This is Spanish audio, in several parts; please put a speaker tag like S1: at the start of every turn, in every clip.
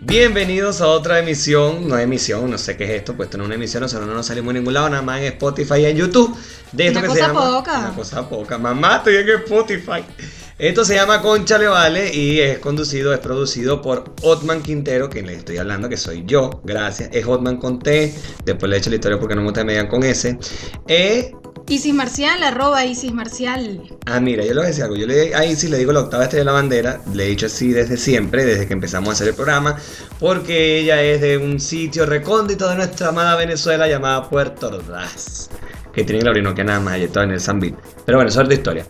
S1: Bienvenidos a otra emisión, no emisión, no sé qué es esto, pues esto no es una emisión, nosotros no nos salimos en ningún lado, nada más en Spotify y en YouTube. De esto
S2: Una
S1: que se
S2: cosa
S1: llama,
S2: poca.
S1: Una cosa poca. Mamá, estoy en Spotify. Esto se llama Concha Le Vale y es conducido, es producido por Otman Quintero, quien les estoy hablando, que soy yo, gracias. Es Otman con T, después le he hecho la historia porque no me gusta que me digan con S. Eh,
S2: Isis Marcial, arroba Isis Marcial.
S1: Ah, mira, yo les decía algo. Yo le, a Isis le digo la octava estrella de la bandera. Le he dicho así desde siempre, desde que empezamos a hacer el programa, porque ella es de un sitio recóndito de nuestra amada Venezuela llamada Puerto Ordaz, que tiene la Orinoquia nada más, y todo en el San Vito. Pero bueno, eso es de historia.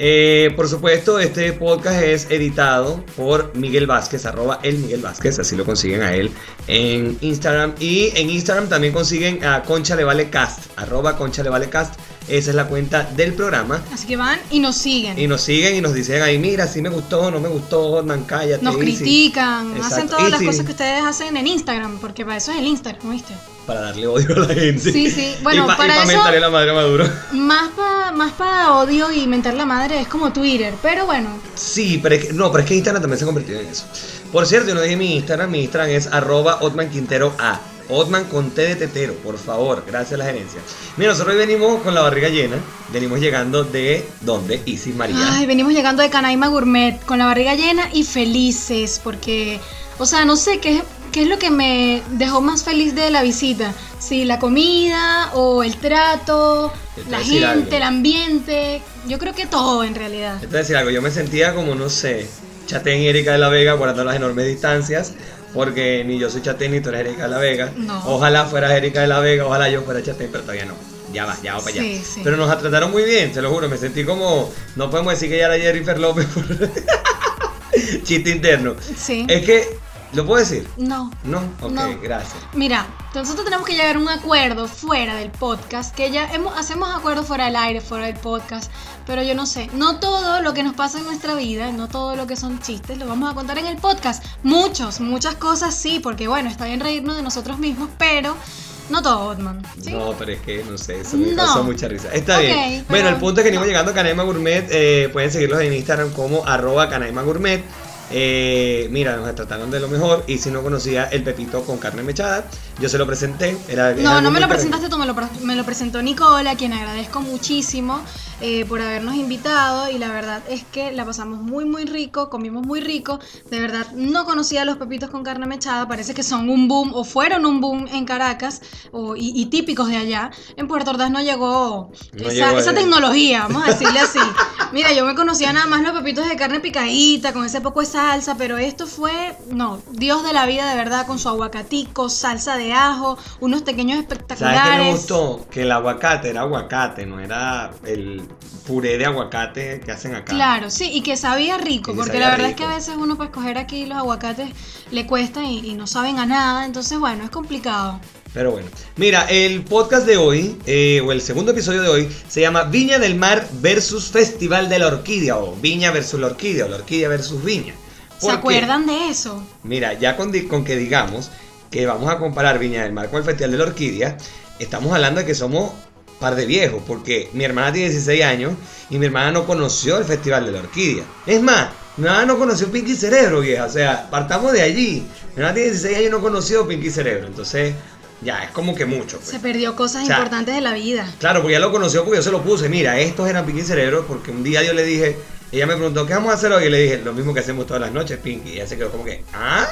S1: Eh, por supuesto, este podcast es editado por Miguel Vázquez, arroba el Miguel Vázquez, así lo consiguen a él en Instagram. Y en Instagram también consiguen a Concha Le Vale Cast, arroba Concha Le Vale Cast. Esa es la cuenta del programa.
S2: Así que van y nos siguen.
S1: Y nos siguen y nos dicen ahí, mira, si me gustó, no me gustó, Hotman, cállate.
S2: nos
S1: Izzy".
S2: critican,
S1: Exacto.
S2: hacen todas las
S1: Izzy.
S2: cosas que ustedes hacen en Instagram, porque para eso es el Instagram, ¿viste?
S1: Para darle odio a la gente.
S2: Sí, sí. Bueno,
S1: y pa- y
S2: para
S1: pa'
S2: eso-
S1: mentarle la madre a Maduro.
S2: Más para más pa odio y mentar la madre, es como Twitter, pero bueno,
S1: Sí, pero es que, no, pero es que Instagram también se ha convertido en eso. Por cierto, yo no dije mi Instagram, mi Instagram es arroba Otman Quintero A. Otman con T de tetero, por favor, gracias a la gerencia. Mira, nosotros hoy venimos con la barriga llena, venimos llegando de donde Isis María.
S2: Ay, venimos llegando de Canaima Gourmet con la barriga llena y felices, porque, o sea, no sé qué es, qué es lo que me dejó más feliz de la visita. Si la comida o el trato,
S1: Te voy a
S2: la
S1: decir
S2: gente,
S1: algo.
S2: el ambiente, yo creo que todo en realidad.
S1: Te voy a decir algo, yo me sentía como, no sé, Chatén y Erika de la Vega guardando las enormes distancias, porque ni yo soy Chatén ni tú eres Erika de la Vega.
S2: No.
S1: Ojalá fueras Erika de la Vega, ojalá yo fuera Chatén, pero todavía no. Ya va, ya va para allá.
S2: Sí, sí.
S1: Pero nos trataron muy bien, se lo juro, me sentí como, no podemos decir que ya era Jennifer López por... Chiste interno.
S2: Sí.
S1: Es que, ¿lo puedo decir?
S2: no.
S1: No, ok,
S2: No.
S1: gracias.
S2: Mira, nosotros tenemos que llegar a un acuerdo fuera del podcast, que ya hemos- hacemos acuerdos fuera del aire, fuera del podcast, pero yo no sé, no todo lo que nos pasa en nuestra vida, no todo lo que son chistes, lo vamos a contar en el podcast. Muchos, muchas cosas sí, porque bueno, está bien reírnos de nosotros mismos, pero no todo, Otman. ¿sí?
S1: No, pero es que no sé, eso me
S2: No.
S1: causó mucha risa. Está
S2: Ok,
S1: bien.
S2: pero-
S1: Bueno, el punto es que venimos llegando a Canaima Gourmet. eh, pueden seguirlos en Instagram como arroba Canaima Gourmet. Eh, mira, nos trataron de lo mejor. Y si no conocía el pepito con carne mechada, yo se lo presenté. Era, era
S2: No,
S1: algo
S2: no me
S1: muy
S2: lo
S1: correcto.
S2: presentaste tú, me lo, pre- me lo presentó Nicola, a quien agradezco muchísimo eh, por habernos invitado y la verdad es que la pasamos muy muy rico, comimos muy rico, de verdad no conocía los pepitos con carne mechada, parece que son un boom o fueron un boom en Caracas o- y, y típicos de allá, en Puerto Ordaz no llegó
S1: No
S2: esa,
S1: llegó
S2: esa
S1: el-
S2: tecnología, vamos a decirle así. Mira, yo me conocía nada más los pepitos de carne picadita, con ese poco de salsa, pero esto fue, no, Dios de la vida de verdad, con su aguacatico, salsa de ajo, unos pequeños espectaculares.
S1: ¿Sabes qué me gustó? Que el aguacate era aguacate, no era el puré de aguacate que hacen acá.
S2: Claro, sí, y que sabía rico,
S1: Y que
S2: porque
S1: sabía
S2: la verdad
S1: rico.
S2: es que a veces uno para escoger aquí los aguacates le cuesta y, y no saben a nada, entonces bueno, es complicado.
S1: Pero bueno, mira, el podcast de hoy, eh, o el segundo episodio de hoy, se llama Viña del Mar versus Festival de la Orquídea, o Viña versus la Orquídea, o la Orquídea versus Viña. ¿Por
S2: ¿Se
S1: qué?
S2: acuerdan de eso?
S1: Mira, ya con, di- con que digamos que vamos a comparar Viña del Mar con el Festival de la Orquídea, estamos hablando de que somos par de viejos, porque mi hermana tiene 16 años y mi hermana no conoció el Festival de la Orquídea. Es más, mi hermana no conoció Pinky Cerebro, vieja, o sea, partamos de allí. Mi hermana tiene 16 años y no conoció Pinky Cerebro, entonces ya, es como que mucho. pues.
S2: Se perdió cosas
S1: O sea,
S2: importantes de la vida.
S1: Claro, porque ella lo conoció porque yo se lo puse. Mira, estos eran Pinky Cerebro porque un día yo le dije, ella me preguntó, ¿qué vamos a hacer hoy? Y le dije, lo mismo que hacemos todas las noches, Pinky. Y ella se quedó como que, ¿ah?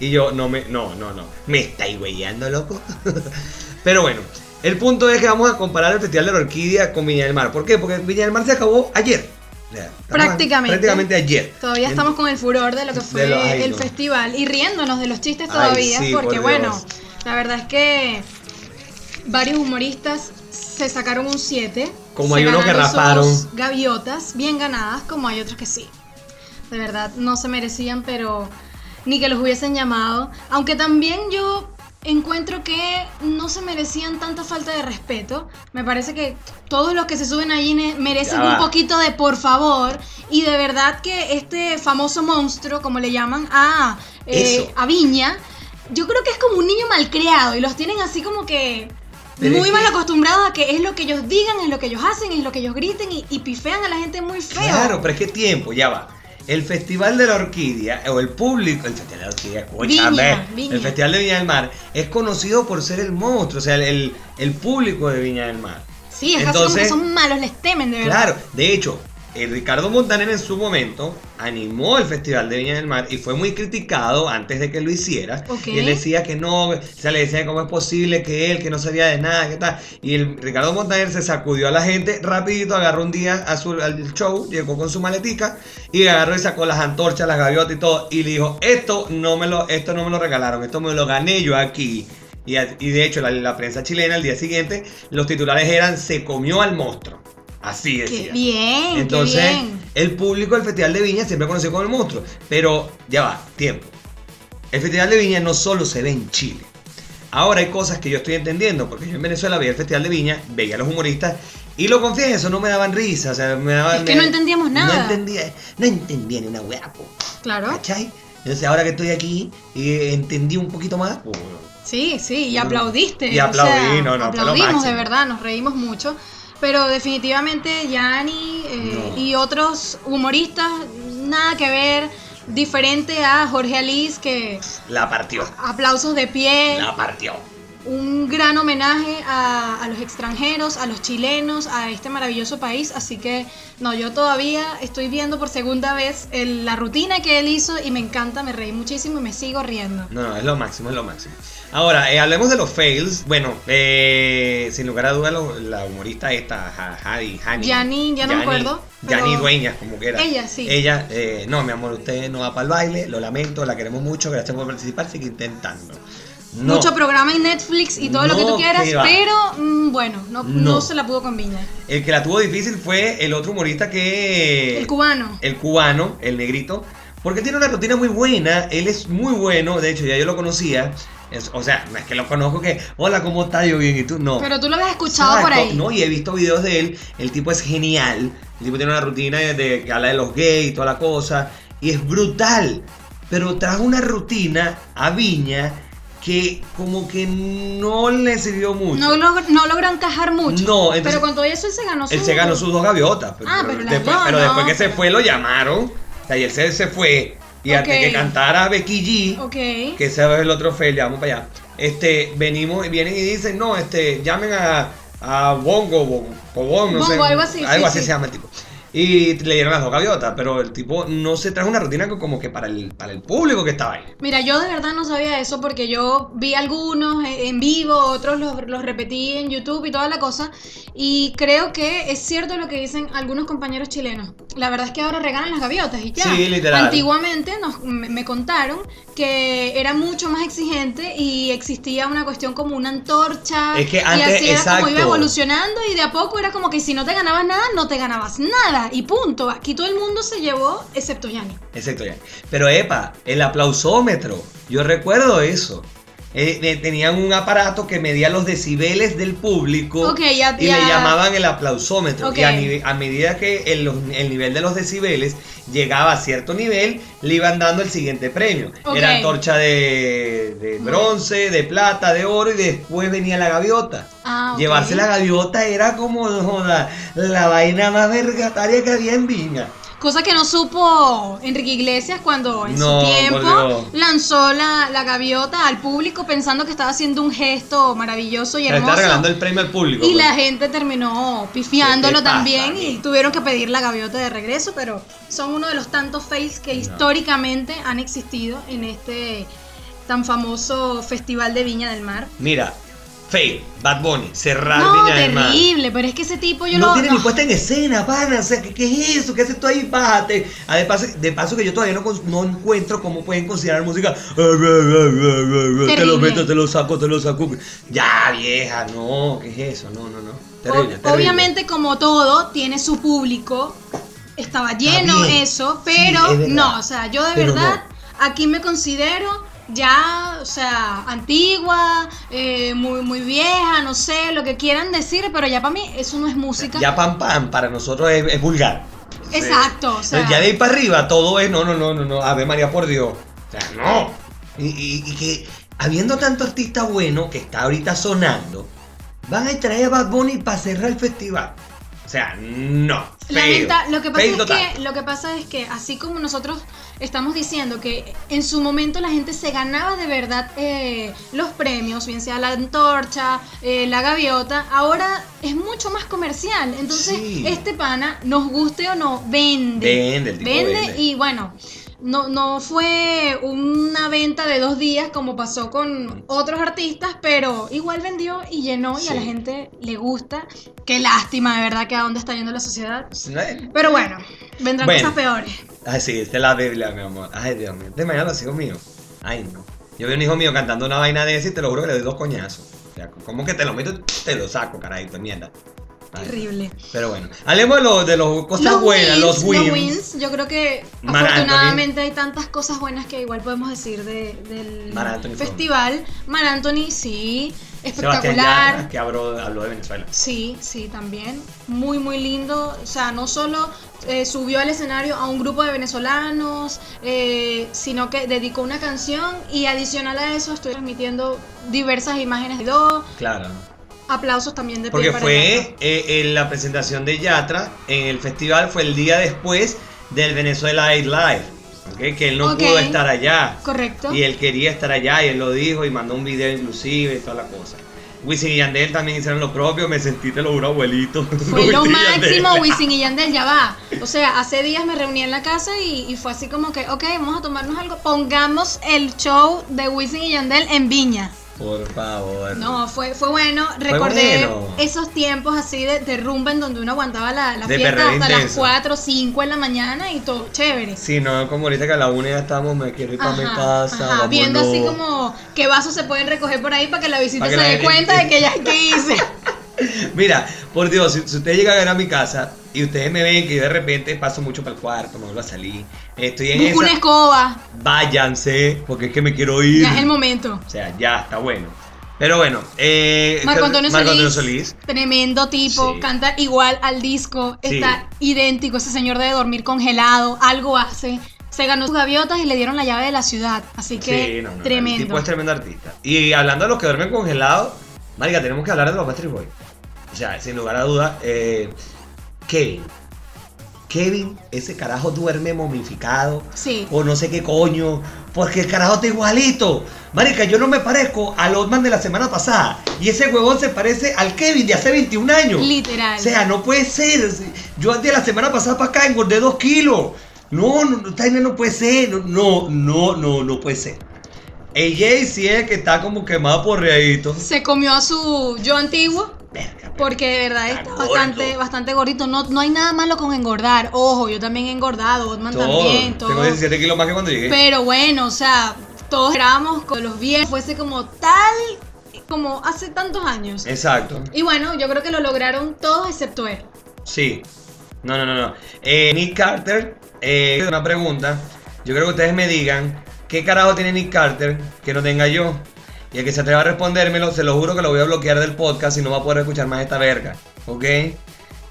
S1: Y yo, no, me, no, no, no. ¿Me estáis huellando, loco? Pero bueno, el punto es que vamos a comparar el Festival de la Orquídea con Viña del Mar. ¿Por qué? Porque Viña del Mar se acabó ayer. O sea, estamos-
S2: Prácticamente.
S1: Prácticamente ayer.
S2: Todavía estamos con el furor de lo que fue
S1: De lo- ay,
S2: el
S1: no.
S2: festival y riéndonos de los chistes
S1: Ay,
S2: todavía,
S1: sí,
S2: porque
S1: por
S2: bueno,
S1: Dios.
S2: la verdad es que varios humoristas se sacaron un 7.
S1: Como hay unos que raparon.
S2: Gaviotas, bien ganadas, como hay otros que sí. De verdad, no se merecían, pero ni que los hubiesen llamado. Aunque también yo encuentro que no se merecían tanta falta de respeto. Me parece que todos los que se suben allí ne- merecen
S1: Ya
S2: un
S1: va.
S2: poquito de por favor. Y de verdad que este famoso monstruo, como le llaman a, eh,
S1: Eso.
S2: a Viña, yo creo que es como un niño malcriado y los tienen así como que...
S1: Pero
S2: muy
S1: es
S2: mal
S1: que-
S2: acostumbrados a que es lo que ellos digan, es lo que ellos hacen, es lo que ellos griten y, y pifean a la gente muy feo.
S1: Claro, pero es que tiempo, ya va. El Festival de la Orquídea, o el público, el Festival de la Orquídea, escúchame,
S2: Viña, Viña.
S1: el Festival de Viña del Mar, es conocido por ser el monstruo, o sea, el, el- el público de Viña del Mar.
S2: Sí, es casi como
S1: Entonces-
S2: que son malos, les temen de verdad.
S1: Claro, de hecho, eh, Ricardo Montaner en su momento animó el Festival de Viña del Mar y fue muy criticado antes de que lo hiciera.
S2: Ok.
S1: Y él decía que no, o sea, le decían cómo es posible que él, que no sabía de nada, que tal. Y el Ricardo Montaner se sacudió a la gente rapidito, agarró un día a su- al show, llegó con su maletica y agarró y sacó las antorchas, las gaviotas y todo. Y le dijo, esto no me lo, esto no me lo regalaron, esto me lo gané yo aquí. Y, a- y de hecho, la, la prensa chilena al día siguiente, los titulares eran, se comió al monstruo. Así decía.
S2: Qué bien,
S1: Entonces,
S2: qué bien.
S1: el público del Festival de Viña siempre conoció como el monstruo. Pero ya va, tiempo. El Festival de Viña no solo se ve en Chile. Ahora hay cosas que yo estoy entendiendo, porque yo en Venezuela veía el Festival de Viña, veía a los humoristas, y lo confieso, no me daban risa, o sea, me daban...
S2: Es que
S1: me-
S2: no entendíamos nada.
S1: No entendía, no entendía ni una hueá, po,
S2: Claro.
S1: ¿cachai? Entonces ahora que estoy aquí, eh, entendí un poquito más, po, weón.
S2: Sí, sí, y aplaudiste.
S1: Mm. Y
S2: o
S1: aplaudí, no,
S2: sea,
S1: no, fue lo
S2: Aplaudimos, de
S1: máximo.
S2: verdad, nos reímos mucho. Pero definitivamente Yanni eh,
S1: No.
S2: y otros humoristas, nada que ver, diferente a Jorge Alice, que
S1: la partió,
S2: aplausos de pie,
S1: la partió.
S2: un gran homenaje a, a los extranjeros, a los chilenos, a este maravilloso país. Así que, no, yo todavía estoy viendo por segunda vez el- la rutina que él hizo y me encanta, me reí muchísimo y me sigo riendo.
S1: No, no, es lo máximo, es lo máximo. Ahora, eh, hablemos de los fails. Bueno, eh, sin lugar a dudas, lo- la humorista esta, Ja- Jadi, Hani.
S2: Yani, ya no me acuerdo, pero-
S1: Yani Dueñas, como que era.
S2: Ella, sí.
S1: Ella, eh, no, mi amor, usted no va para el baile, lo lamento, la queremos mucho, gracias por participar, sigue intentando. No,
S2: Mucho programa en Netflix y todo lo que
S1: No,
S2: tú quieras,
S1: que va.
S2: pero mm, bueno, no, no
S1: No.
S2: se la pudo combinar.
S1: el que la tuvo difícil fue el otro humorista que...
S2: El cubano.
S1: el cubano, el negrito, porque tiene una rutina muy buena, él es muy bueno, de hecho ya yo lo conocía, es- o sea, no es que lo conozco que, hola, ¿cómo estás? Yo bien, ¿y tú? No.
S2: Pero tú lo habías escuchado por
S1: Exacto,
S2: ahí.
S1: No, y he visto videos de él, el tipo es genial, el tipo tiene una rutina de, de que habla de los gays y toda la cosa, y es brutal, pero trajo una rutina a Viña que como que no le sirvió mucho.
S2: No, log- no logró encajar mucho.
S1: No, entonces-
S2: pero con todo eso él se ganó su.
S1: Él se ganó sus dos gaviotas.
S2: Ah, pero las
S1: después,
S2: dos,
S1: pero
S2: no.
S1: después que se fue lo llamaron. O sea, y él se, se fue. Y antes
S2: Ok.
S1: que cantara Becky G,
S2: Ok.
S1: que ese es el otro fail, ya vamos para allá. Este, venimos, y vienen y dicen, no, este, llamen a, a Bongo, Bongo, Bongo, no
S2: Bongo,
S1: sé,
S2: algo así,
S1: Algo
S2: sí,
S1: así
S2: sí.
S1: se llama el tipo. Y le dieron las dos gaviotas, pero el tipo no se trajo una rutina como que para el, para el público que estaba ahí.
S2: Mira, yo de verdad no sabía eso porque yo vi algunos eh, en vivo, otros los, los repetí en YouTube y toda la cosa. Y creo que es cierto lo que dicen algunos compañeros chilenos. La verdad es que ahora regalan las gaviotas y ya.
S1: Sí, literal.
S2: Antiguamente nos, me, me contaron que era mucho más exigente y existía una cuestión como una antorcha.
S1: Es que
S2: y
S1: antes,
S2: así era como iba
S1: exacto.
S2: evolucionando y de a poco era como que si no te ganabas nada, no te ganabas nada. Y punto. Aquí todo el mundo se llevó, excepto Yanni.
S1: Exacto, ya. Pero epa, el aplausómetro, yo recuerdo eso. Eh, eh, tenían un aparato que medía los decibeles del público
S2: Ok, ya-
S1: Oh. y
S2: ya-
S1: le llamaban el aplausómetro.
S2: Ok.
S1: Y a, nive- a medida que el, los- el nivel de los decibeles llegaba a cierto nivel, le iban dando el siguiente premio.
S2: Ok.
S1: Era antorcha de, de bronce, de plata, de oro y después venía la gaviota.
S2: Ah, ok.
S1: Llevarse la gaviota era como joda, la vaina más vergataria que había en Viña.
S2: Cosa que no supo Enrique Iglesias cuando en
S1: No,
S2: su tiempo
S1: volvió.
S2: lanzó la, la gaviota al público pensando que estaba haciendo un gesto maravilloso y
S1: Le está
S2: hermoso.
S1: regalando el premio al público.
S2: Y
S1: pues.
S2: la gente terminó pifiándolo
S1: ¿Qué te pasa,
S2: también y
S1: amigo?
S2: tuvieron que pedir la gaviota de regreso, pero son uno de los tantos fails que históricamente han existido en este tan famoso Festival de Viña del Mar.
S1: Mira, Fail, Bad Bunny, cerrar
S2: no,
S1: Viña del Mar.
S2: terrible, pero es que ese tipo yo
S1: No
S2: lo...
S1: tiene
S2: no.
S1: ni puesta en escena, pana. O sea, ¿qué, qué es eso? ¿Qué haces tú ahí? Bájate. Ah, de, paso, de paso que yo todavía no, cons- no encuentro cómo pueden considerar música. Te lo meto, te lo saco, te lo saco. Ya, vieja, no. ¿Qué es eso? No, no, no. Terrible,
S2: Ob-
S1: terrible.
S2: Obviamente, como todo, tiene su público. Estaba lleno
S1: bien.
S2: eso,
S1: Sí,
S2: pero
S1: es verdad.
S2: no, o sea, yo de
S1: Pero
S2: verdad aquí me considero ya, o sea, antigua, eh, muy, muy vieja, no sé, lo que quieran decir, pero ya para mí eso no es música.
S1: Ya pam pam, para nosotros es, es vulgar.
S2: Exacto, o sea.
S1: Ya de ahí para arriba todo es no, no, no, no, no. Ave María, por Dios. O sea, no. Y, y- y que habiendo tanto artista bueno que está ahorita sonando, Van a traer a Bad Bunny para cerrar el festival. O sea, no. Feo,
S2: Lamenta- lo que pasa
S1: feo
S2: es
S1: total.
S2: que lo que pasa es que así como nosotros estamos diciendo que en su momento la gente se ganaba de verdad eh, los premios, bien sea la antorcha, eh, la gaviota, ahora es mucho más comercial. Entonces
S1: Sí.
S2: este pana, nos guste o no, vende,
S1: Vende, el tipo vende.
S2: y bueno. No, no fue una venta de dos días como pasó con otros artistas, pero igual vendió y llenó y a la
S1: Sí.
S2: gente le gusta. Qué lástima, de verdad, que a dónde está yendo la sociedad.
S1: Eh,
S2: Pero bueno, vendrán
S1: Bueno.
S2: cosas peores.
S1: Ay, sí, esta es la Biblia, mi amor. Ay, Dios mío. Te imaginas los hijos míos. Ay, no. Yo veo un hijo mío cantando una vaina de esa y te lo juro que le doy dos coñazos. O sea, ¿cómo que te lo meto? Te lo saco, carajito, mierda. Ay,
S2: Terrible.
S1: Pero bueno, hablemos de los de los cosas buenas, los wins.
S2: Yo creo que
S1: Mar Anthony.
S2: afortunadamente hay tantas cosas buenas que igual podemos decir de- del
S1: Mar Anthony fue
S2: festival. Mar Anthony, sí,
S1: Sebastián
S2: espectacular.
S1: Yatra, que habló, habló de Venezuela.
S2: Sí, sí, también. Muy, muy lindo. O sea, no solo eh, subió al escenario a un grupo de venezolanos, eh, sino que dedicó una canción y adicional a eso estoy transmitiendo diversas imágenes de dos.
S1: Claro.
S2: Aplausos también de pie
S1: Porque
S2: para Yatra.
S1: fue eh, en la presentación de Yatra en el festival, fue el día después del Venezuela Air Live. ¿ok? Que él no
S2: Ok.
S1: pudo estar allá.
S2: Correcto.
S1: Y él quería estar allá y él lo dijo y mandó un video inclusive y toda la cosa. Wisin y Yandel también hicieron lo propio, me sentí te lo juro abuelito.
S2: Fue lo
S1: Wisin y Yandel.
S2: máximo, Wisin y Yandel, ya va. O sea, hace días me reuní en la casa y, y fue así como que, ok, vamos a tomarnos algo. Pongamos el show de Wisin y Yandel en Viña.
S1: Por favor.
S2: No, fue, fue bueno. Recordé
S1: bueno.
S2: esos tiempos así de, de rumba en donde uno aguantaba la, la
S1: De
S2: fiesta
S1: perreo
S2: hasta las
S1: intenso.
S2: 4, 5 en la mañana y todo, chévere.
S1: Sí, no, como ahorita que a la una ya estamos, me quiero ir para mi
S2: Ajá,
S1: casa.
S2: ajá,
S1: vámonos.
S2: viendo así como qué vasos se pueden recoger por ahí para que la visita
S1: Para que
S2: se
S1: la
S2: dé
S1: gente-
S2: cuenta de que ya es que hice.
S1: Mira, por Dios, si, si ustedes llegan a mi casa y ustedes me ven que yo de repente paso mucho para el cuarto, me vuelvo a salir, estoy en
S2: Busco una
S1: esa,
S2: escoba,
S1: váyanse, porque es que me quiero ir.
S2: ya es el momento.
S1: O sea, ya, está bueno. Pero bueno, eh,
S2: Marco Antonio
S1: Marco
S2: Solís,
S1: Antonio Solís.
S2: Tremendo tipo,
S1: Sí.
S2: canta igual al disco,
S1: Sí.
S2: está idéntico, ese señor debe dormir congelado, algo hace. Se ganó sus gaviotas y le dieron la llave de la ciudad, así que
S1: Sí, no, no, no, El
S2: tremendo.
S1: tipo este es tremendo artista. Y hablando de los que duermen congelados, Marica, tenemos que hablar de los Patrick Boys. O sea, sin lugar a dudas, eh, Kevin. Kevin, ese carajo duerme momificado.
S2: Sí,
S1: O no sé qué coño. Porque el carajo está igualito. Marica, yo no me parezco al Otman de la semana pasada. Y ese huevón se parece al Kevin de hace 21 años.
S2: literal.
S1: O sea, no puede ser. Yo de la semana pasada para acá engordé dos kilos. No, no, no, esta vaina no puede ser. No, No, no, no, no puede ser. AJ sí es que está como quemado por readito.
S2: Se comió a su yo antiguo.
S1: Verga,
S2: Porque de verdad
S1: Está
S2: está
S1: gordo.
S2: bastante, bastante gordito. No, no hay nada malo con engordar. Ojo, yo también he engordado, Otman
S1: todo.
S2: también, todo.
S1: Tengo 17 kilos más que cuando llegué.
S2: Pero bueno, o sea, todos grabamos con los viejos, fuese como tal, como hace tantos años.
S1: Exacto.
S2: Y bueno, yo creo que lo lograron todos excepto él.
S1: Sí. No, no, no, no. Eh, Nick Carter, eh, una pregunta. Yo creo que ustedes me digan qué carajo tiene Nick Carter que no tenga yo. Y el que se atreva a respondérmelo, se lo juro que lo voy a bloquear del podcast y no va a poder escuchar más esta verga. ¿Ok?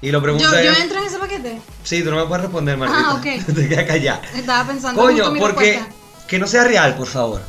S1: Y lo
S2: Yo,
S1: pregunta
S2: yo
S1: es-
S2: entro en ese paquete.
S1: Sí, tú no me puedes responder, Martita.
S2: ok.
S1: Te quedas callada.
S2: Estaba pensando justo
S1: Coño,
S2: mi
S1: porque
S2: respuesta.
S1: que no sea real, por favor.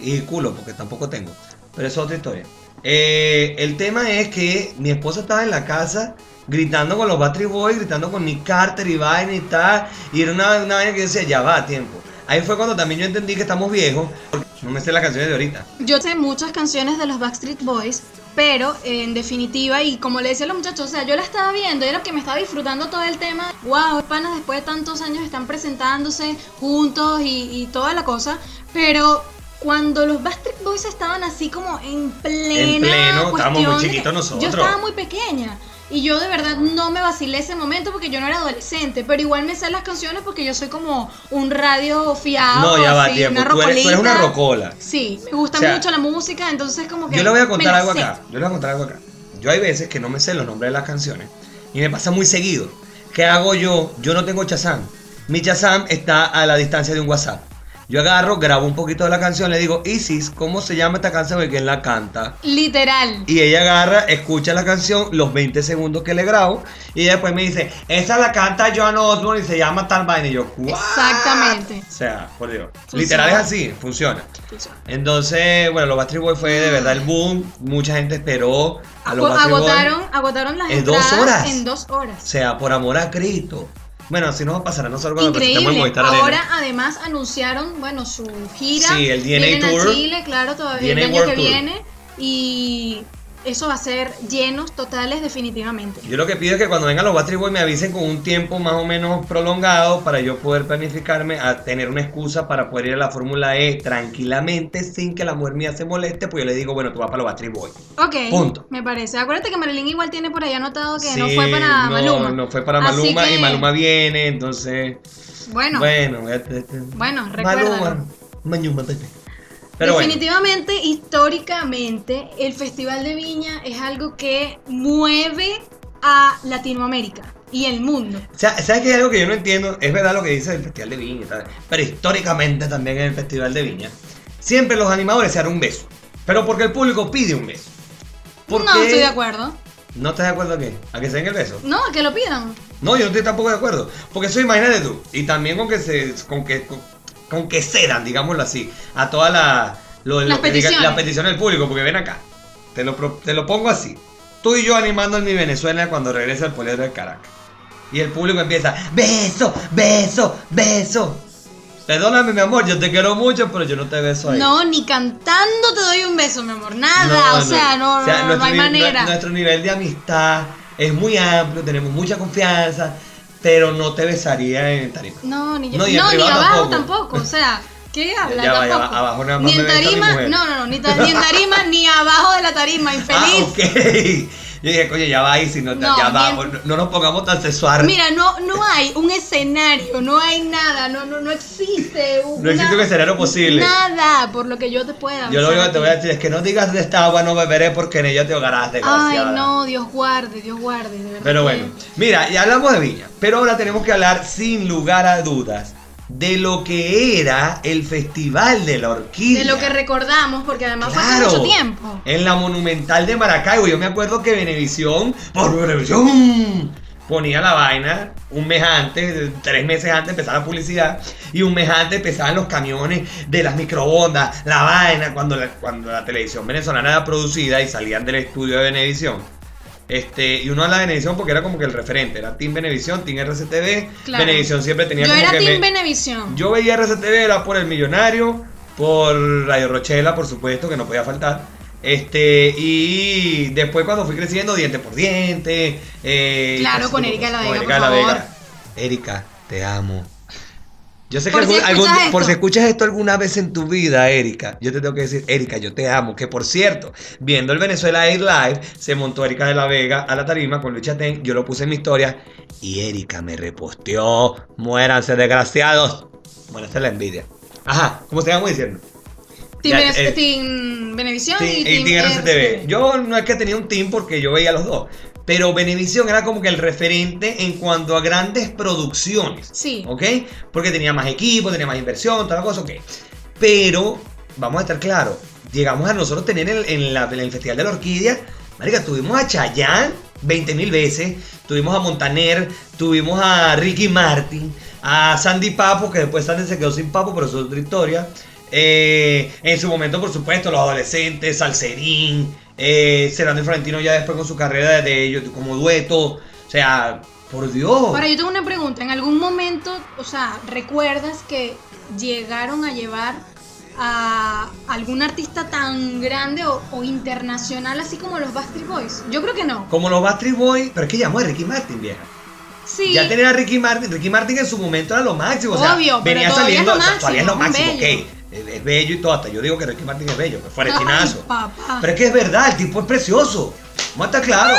S1: Y culo, porque tampoco tengo. Pero eso es otra historia. Eh, el tema es que mi esposa estaba en la casa gritando con los Battery Boys, gritando con Nick Carter y vaina y tal. Y era una, una vaina que yo decía, ya va, tiempo. Ahí fue cuando también yo entendí que estamos viejos. Porque no me sé las canciones de ahorita.
S2: Yo sé muchas canciones de los Backstreet Boys, pero eh, en definitiva, y como le decía a los muchachos, o sea, yo la estaba viendo, era que me estaba disfrutando todo el tema. Wow, panas después de tantos años están presentándose juntos y, y toda la cosa, pero cuando los Backstreet Boys estaban así como en plena
S1: En pleno, estábamos
S2: cuestión
S1: muy
S2: de que-
S1: chiquitos
S2: Yo
S1: nosotros.
S2: estaba muy pequeña. Y yo de verdad no me vacilé ese momento porque yo no era adolescente, pero igual me sé las canciones porque yo soy como un radio fiado,
S1: no, ya va,
S2: así,
S1: tiempo.
S2: Ah, pues una
S1: Tú eres, tú eres una
S2: rocolita.
S1: rocola.
S2: Sí, me gusta
S1: O sea,
S2: mucho la música, entonces como que...
S1: Yo le voy a contar
S2: me la
S1: algo
S2: sé.
S1: acá. Yo le voy a contar algo acá. Yo hay veces que no me sé los nombres de las canciones y me pasa muy seguido. ¿Qué hago yo? Yo no tengo Chazam. Mi Chazam está a la distancia de un WhatsApp. Yo agarro, grabo un poquito de la canción, le digo, Isis, ¿cómo se llama esta canción y quién la canta?
S2: Literal.
S1: Y ella agarra, escucha la canción, los 20 segundos que le grabo, y ella después me dice, esa la canta Joan Osborne y se llama tal vaina. Y yo, ¿What?
S2: Exactamente.
S1: O sea, por Dios.
S2: Funciona.
S1: Literal es así, funciona. Entonces, bueno, los Backstreet Boys fue
S2: Mm.
S1: de verdad el boom. Mucha gente esperó a los Backstreet Boys.
S2: Pues Agotaron, agotaron las
S1: En dos
S2: entradas
S1: horas.
S2: en dos horas.
S1: O sea, por amor a Cristo. Bueno, así nos va a pasar a nosotros cuando presentemos en
S2: Increíble.
S1: Movistar Arena.
S2: Ahora además anunciaron, bueno, su gira.
S1: Sí, el DNA
S2: Vienen a
S1: Tour.
S2: Chile, claro,
S1: DNA
S2: todavía el año
S1: World
S2: que
S1: Tour.
S2: viene. Y eso va a ser llenos totales definitivamente.
S1: Yo lo que pido es que cuando vengan los Backstreet Boys me avisen con un tiempo más o menos prolongado para yo poder planificarme a tener una excusa para poder ir a la Fórmula E tranquilamente sin que la mujer mía se moleste, pues yo le digo, bueno, tú vas para los Backstreet Boys.
S2: Ok,
S1: Punto.
S2: me parece. Acuérdate que Marilyn igual tiene por ahí anotado que no
S1: Sí,
S2: fue para
S1: no,
S2: Maluma.
S1: No fue para
S2: Así
S1: Maluma
S2: que,
S1: y Maluma viene, entonces...
S2: Bueno,
S1: Bueno, voy a- te- te-
S2: bueno, recuerda.
S1: Maluma, Mañuma, Pepe. Pero bueno,
S2: Definitivamente, históricamente, el Festival de Viña es algo que mueve a Latinoamérica y el mundo.
S1: o sea, ¿sabes qué es algo que yo no entiendo? Es verdad lo que dice el Festival de Viña, y tal, pero históricamente también en el Festival de Viña, siempre los animadores se harán un beso, pero porque el público pide un beso. ¿Por
S2: no
S1: qué?
S2: estoy de acuerdo.
S1: ¿No estás de acuerdo a qué? ¿A que se den el beso?
S2: No, que lo pidan.
S1: No, yo no estoy tampoco de acuerdo. Porque eso imagínate tú. Y también con que se. con que. con, con que cedan, digámoslo así, a todas la, lo- lo
S2: Las
S1: que diga-
S2: peticiones.
S1: las peticiones del público, porque ven acá. Te lo, pro- te lo pongo así. Tú y yo animando en mi Venezuela cuando regresa el poliedro de Caracas. Y el público empieza, beso, beso, beso. Perdóname, mi amor, yo te quiero mucho, pero yo no te beso ahí.
S2: No, ni cantando te doy un beso, mi amor.
S1: No,
S2: Nada, o
S1: no.
S2: sea, no,
S1: O sea,
S2: no, no, no
S1: nuestro
S2: hay
S1: ni-
S2: manera.
S1: nu- Nuestro nivel de amistad es muy amplio, tenemos mucha confianza, pero no te besaría en tarima.
S2: No, ni yo.
S1: No,
S2: No,
S1: y en
S2: ni
S1: privado
S2: abajo
S1: tampoco.
S2: tampoco. O sea, ¿qué habla?
S1: Ya va, ya va.
S2: Tampoco.
S1: Abajo nada más
S2: Ni
S1: me
S2: en
S1: besa mi
S2: tarima,
S1: mujer.
S2: no, no, no, ni, ta- ni en tarima, ni abajo de la tarima,
S1: Ah,
S2: infeliz.
S1: ok. Yo dije, coño, ya va ahí, si no, te-
S2: No,
S1: ya va, pues,
S2: bien.
S1: no, no nos pongamos tan sexuales.
S2: Mira, no, no hay un escenario, no hay nada, no, no, no existe un.
S1: No existe un escenario posible.
S2: Nada, por lo que yo te pueda.
S1: Yo lo
S2: besar
S1: único
S2: a
S1: que te
S2: ti.
S1: voy a decir es que no digas de esta agua no beberé porque en ella te ahogarás,
S2: Ay,
S1: desgraciada.
S2: no, Dios guarde, Dios guarde, de verdad.
S1: Pero
S2: que-
S1: bueno, mira, ya hablamos de Viña, pero ahora tenemos que hablar sin lugar a dudas de lo que era el Festival de la Orquídea.
S2: De lo que recordamos, porque además fue
S1: Claro.
S2: hace mucho tiempo.
S1: En la Monumental de Maracaibo. Yo me acuerdo que Venevisión, por Venevisión, ponía la vaina un mes antes, tres meses antes empezaba la publicidad, y un mes antes empezaban los camiones de las microondas, la vaina, cuando la, cuando la televisión venezolana era producida y salían del estudio de Venevisión. Este, y uno a la Venevisión porque era como que el referente, era Team Venevisión, Team RCTV.
S2: Claro.
S1: Venevisión siempre tenía
S2: Yo
S1: como
S2: era
S1: que me-
S2: Team Benevisión.
S1: yo veía RCTV, era por El Millonario, por Radio Rochela, por supuesto, que no podía faltar. Este, y después cuando fui creciendo, diente por diente. eh,
S2: Claro,
S1: así
S2: con
S1: como-
S2: Erika La
S1: con
S2: Vega,
S1: Erika
S2: por
S1: La
S2: favor.
S1: Vega. Erika, te amo. Yo sé que
S2: Por si
S1: algún- algún-
S2: escuchas
S1: por si
S2: esto.
S1: escuchas esto alguna vez en tu vida, Erika, yo te tengo que decir, Erika, yo te amo. Que por cierto, viendo el Venezuela Air Live, se montó Erika de la Vega a la tarima con Lucha Ten. Yo lo puse en mi historia y Erika me reposteó. Muéranse, desgraciados. Bueno, esta es la envidia. Ajá, ¿cómo te vamos diciendo? Ya,
S2: Team, Bene-
S1: eh,
S2: Team Benevisión
S1: Sí,
S2: y,
S1: y Team RCTV. Yo no es que tenía un team porque yo veía los dos. Pero Venevisión era como que el referente en cuanto a grandes producciones.
S2: Sí.
S1: ¿Ok? Porque tenía más equipo, tenía más inversión, toda la cosa, ok. Pero, vamos a estar claros, llegamos a nosotros tener en, en la- en el Festival de la Orquídea, marica, tuvimos a Chayanne 20 mil veces, tuvimos a Montaner, tuvimos a Ricky Martin, a Sandy Papo, que después Sandy se quedó sin Papo, pero eso es otra historia. Eh, en su momento, por supuesto, los adolescentes, Salserín, eh, Serrano y Florentino ya después con su carrera de, de- como dueto, o sea, por Dios.
S2: Ahora, yo tengo una pregunta. ¿En algún momento, o sea, recuerdas que llegaron a llevar a algún artista tan grande o, o internacional así como los Backstreet Boys? Yo creo que no.
S1: Como los Backstreet Boys, pero es que llamó a Ricky Martin, vieja.
S2: Sí.
S1: Ya tener a Ricky Martin, Ricky Martin en su momento era lo máximo, o sea,
S2: Obvio, pero
S1: venía
S2: todavía es
S1: saliendo,
S2: lo
S1: o sea, todavía es lo
S2: máximo,
S1: máximo,
S2: es
S1: ok.
S2: bello.
S1: Es, es bello y todo, hasta yo digo que Ricky Martin es bello, que fuera el
S2: Ay,
S1: chinazo.
S2: papá. Ah,
S1: Pero es que es verdad, el tipo es precioso. Vamos a estar claro.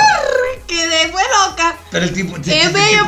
S2: Quedé fue loca.
S1: Pero el tipo
S2: Es bello, precioso,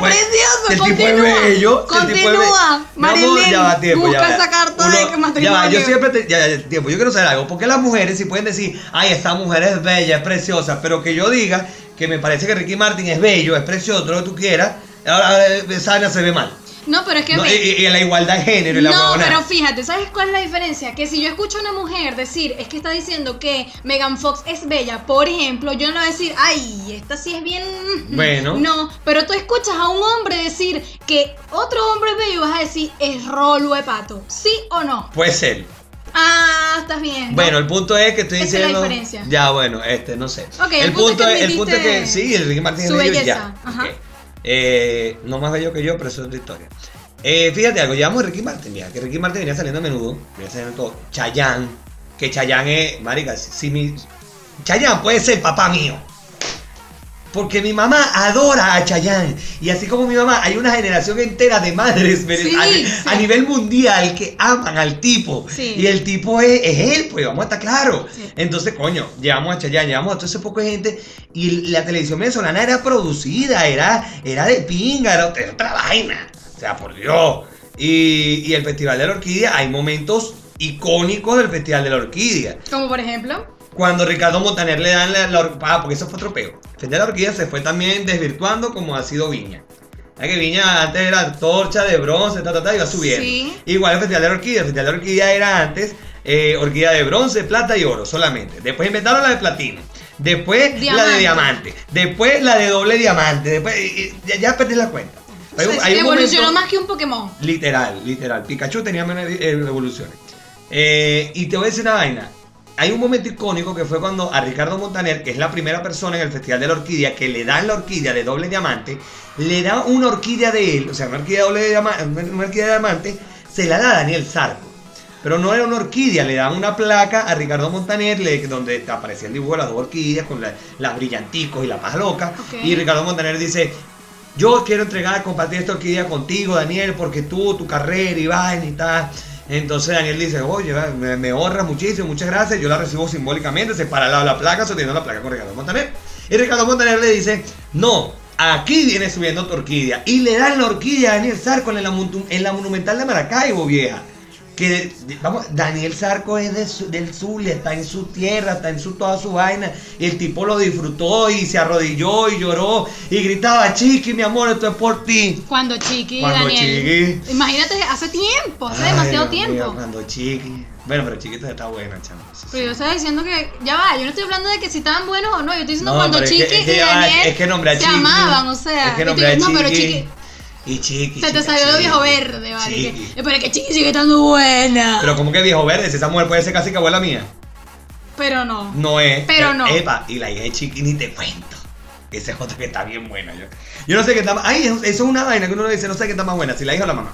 S1: El tipo es bello. el
S2: continúa,
S1: tipo es bello.
S2: continúa,
S1: Mi amor,
S2: Marilyn,
S1: ya va tiempo. ya
S2: busca
S1: va.
S2: esa carta
S1: Uno-
S2: de que
S1: Ya va, yo
S2: matrimonio.
S1: siempre. te- ya, ya, tiempo. Yo quiero saber algo. Porque las mujeres si pueden decir, ay, esta mujer es bella, es preciosa. Pero que yo diga que me parece que Ricky Martin es bello, es precioso, todo lo que tú quieras. Ahora eh, esa vaina se ve mal.
S2: No, pero es que
S1: No,
S2: ve,
S1: y, y- y la igualdad de género y la
S2: no,
S1: huevonada.
S2: pero fíjate, ¿sabes cuál es la diferencia? Que si yo escucho a una mujer decir, es que está diciendo que Megan Fox es bella, por ejemplo, yo no voy a decir, ay, esta sí es bien.
S1: Bueno.
S2: No, pero tú escuchas a un hombre decir que otro hombre es bello y vas a decir, es rolo de pato. ¿Sí o no?
S1: Puede ser.
S2: Ah, estás bien.
S1: Bueno, el punto es que estoy
S2: Esa es la
S1: diciendo.
S2: diferencia.
S1: Ya, bueno, este, no sé.
S2: Ok, el punto es que
S1: el punto es que.
S2: admitiste
S1: Sí, Enrique Martínez
S2: su
S1: Bello y ya.
S2: belleza. Ajá.
S1: Ok. Eh, no más bello que yo, pero eso es otra historia. Eh, fíjate algo, llevamos a Ricky Martin, mira, que Ricky Martin venía saliendo a menudo, venía saliendo todo. Chayanne, que Chayanne es, marica, si, si mi. Chayanne puede ser papá mío. Porque mi mamá adora a Chayanne. Y así como mi mamá, hay una generación entera de madres
S2: Sí,
S1: a,
S2: sí.
S1: a nivel mundial que aman al tipo.
S2: Sí.
S1: Y el tipo es, es él, pues vamos a estar claros.
S2: Sí.
S1: Entonces, coño, llevamos a Chayanne, llevamos a todo ese poco de gente. Y la televisión venezolana era producida, era, era de pinga, era, era otra vaina. O sea, por Dios. Y, y el Festival de la Orquídea, hay momentos icónicos del Festival de la Orquídea.
S2: Como por ejemplo.
S1: Cuando Ricardo Montaner le dan la, la or- ah, porque eso fue otro peo. El Festival de la Orquídea se fue también desvirtuando como ha sido Viña. Ya que Viña antes era torcha de bronce, ta, ta, ta, iba subiendo.
S2: Sí.
S1: Igual el Festival de la Orquídea. El Festival de la Orquídea era antes eh, orquídea de bronce, plata y oro solamente. Después inventaron la de platino. Después la
S2: Diamante.
S1: de diamante. Después la de doble diamante. Después, y- y- ya, ya perdí la cuenta. Hay un-
S2: o sea,
S1: hay un
S2: evolucionó
S1: momento-
S2: más que un Pokémon.
S1: Literal, literal. Pikachu tenía menos eh, evoluciones. Eh, y te voy a decir una vaina. Hay un momento icónico que fue cuando a Ricardo Montaner, que es la primera persona en el Festival de la Orquídea, que le dan la orquídea de doble diamante, le da una orquídea de él, o sea, una orquídea de doble diamante, una orquídea de diamante, se la da a Daniel Sarco. Pero no era una orquídea, le dan una placa a Ricardo Montaner, le- donde aparecía el dibujo de las dos orquídeas con la- las brillanticos y la paz loca.
S2: Ok.
S1: Y Ricardo Montaner dice, yo quiero entregar, compartir esta orquídea contigo, Daniel, porque tú, tu carrera y vaina y tal. Entonces Daniel dice, oye, va, me, me honra muchísimo, muchas gracias, yo la recibo simbólicamente, se para al lado de la placa, sosteniendo la placa con Ricardo Montaner. Y Ricardo Montaner le dice, no, aquí viene subiendo tu orquídea. Y le dan la orquídea a Daniel Sarco en la, montu- en la Monumental de Maracaibo, vieja. Que, vamos, Daniel Sarco es de su- del Zulia, está en su tierra, está en su, toda su vaina. Y el tipo lo disfrutó y se arrodilló y lloró y gritaba, Chiqui, mi amor, esto es por ti.
S2: Cuando Chiqui,
S1: Cuando
S2: Daniel. Imagínate, hace tiempo, hace
S1: Ay,
S2: demasiado
S1: Dios
S2: tiempo.
S1: mío, cuando Chiqui. Bueno, pero Chiqui todavía está buena, chamo. Sí,
S2: Pero yo
S1: sí.
S2: estaba diciendo que, ya va, yo no estoy hablando de que si estaban buenos o no, yo estoy diciendo
S1: No,
S2: cuando
S1: pero es
S2: Chiqui
S1: que- es que
S2: y
S1: ya va,
S2: Daniel
S1: es que nombré a
S2: se
S1: Chiqui.
S2: amaban, o sea,
S1: Es que
S2: yo te
S1: nombré a
S2: digo, no, pero
S1: Chiqui.
S2: Chiqui,
S1: Y Chiqui.
S2: se te
S1: chica,
S2: salió de
S1: Chiqui.
S2: viejo verde, vale, que- eh,
S1: Chiqui.
S2: pero es que Chiqui sigue estando buena, pero,
S1: Pero como que viejo verde, si esa mujer puede ser casi que abuela mía.
S2: no,
S1: No es.
S2: Pero no.
S1: Epa, y la hija de Chiqui ni te cuento. Esa es otra que está bien buena. Yo, yo no sé qué está más. Ay, eso eso es una vaina que uno dice, no sé qué está más buena, si la hija o la mamá.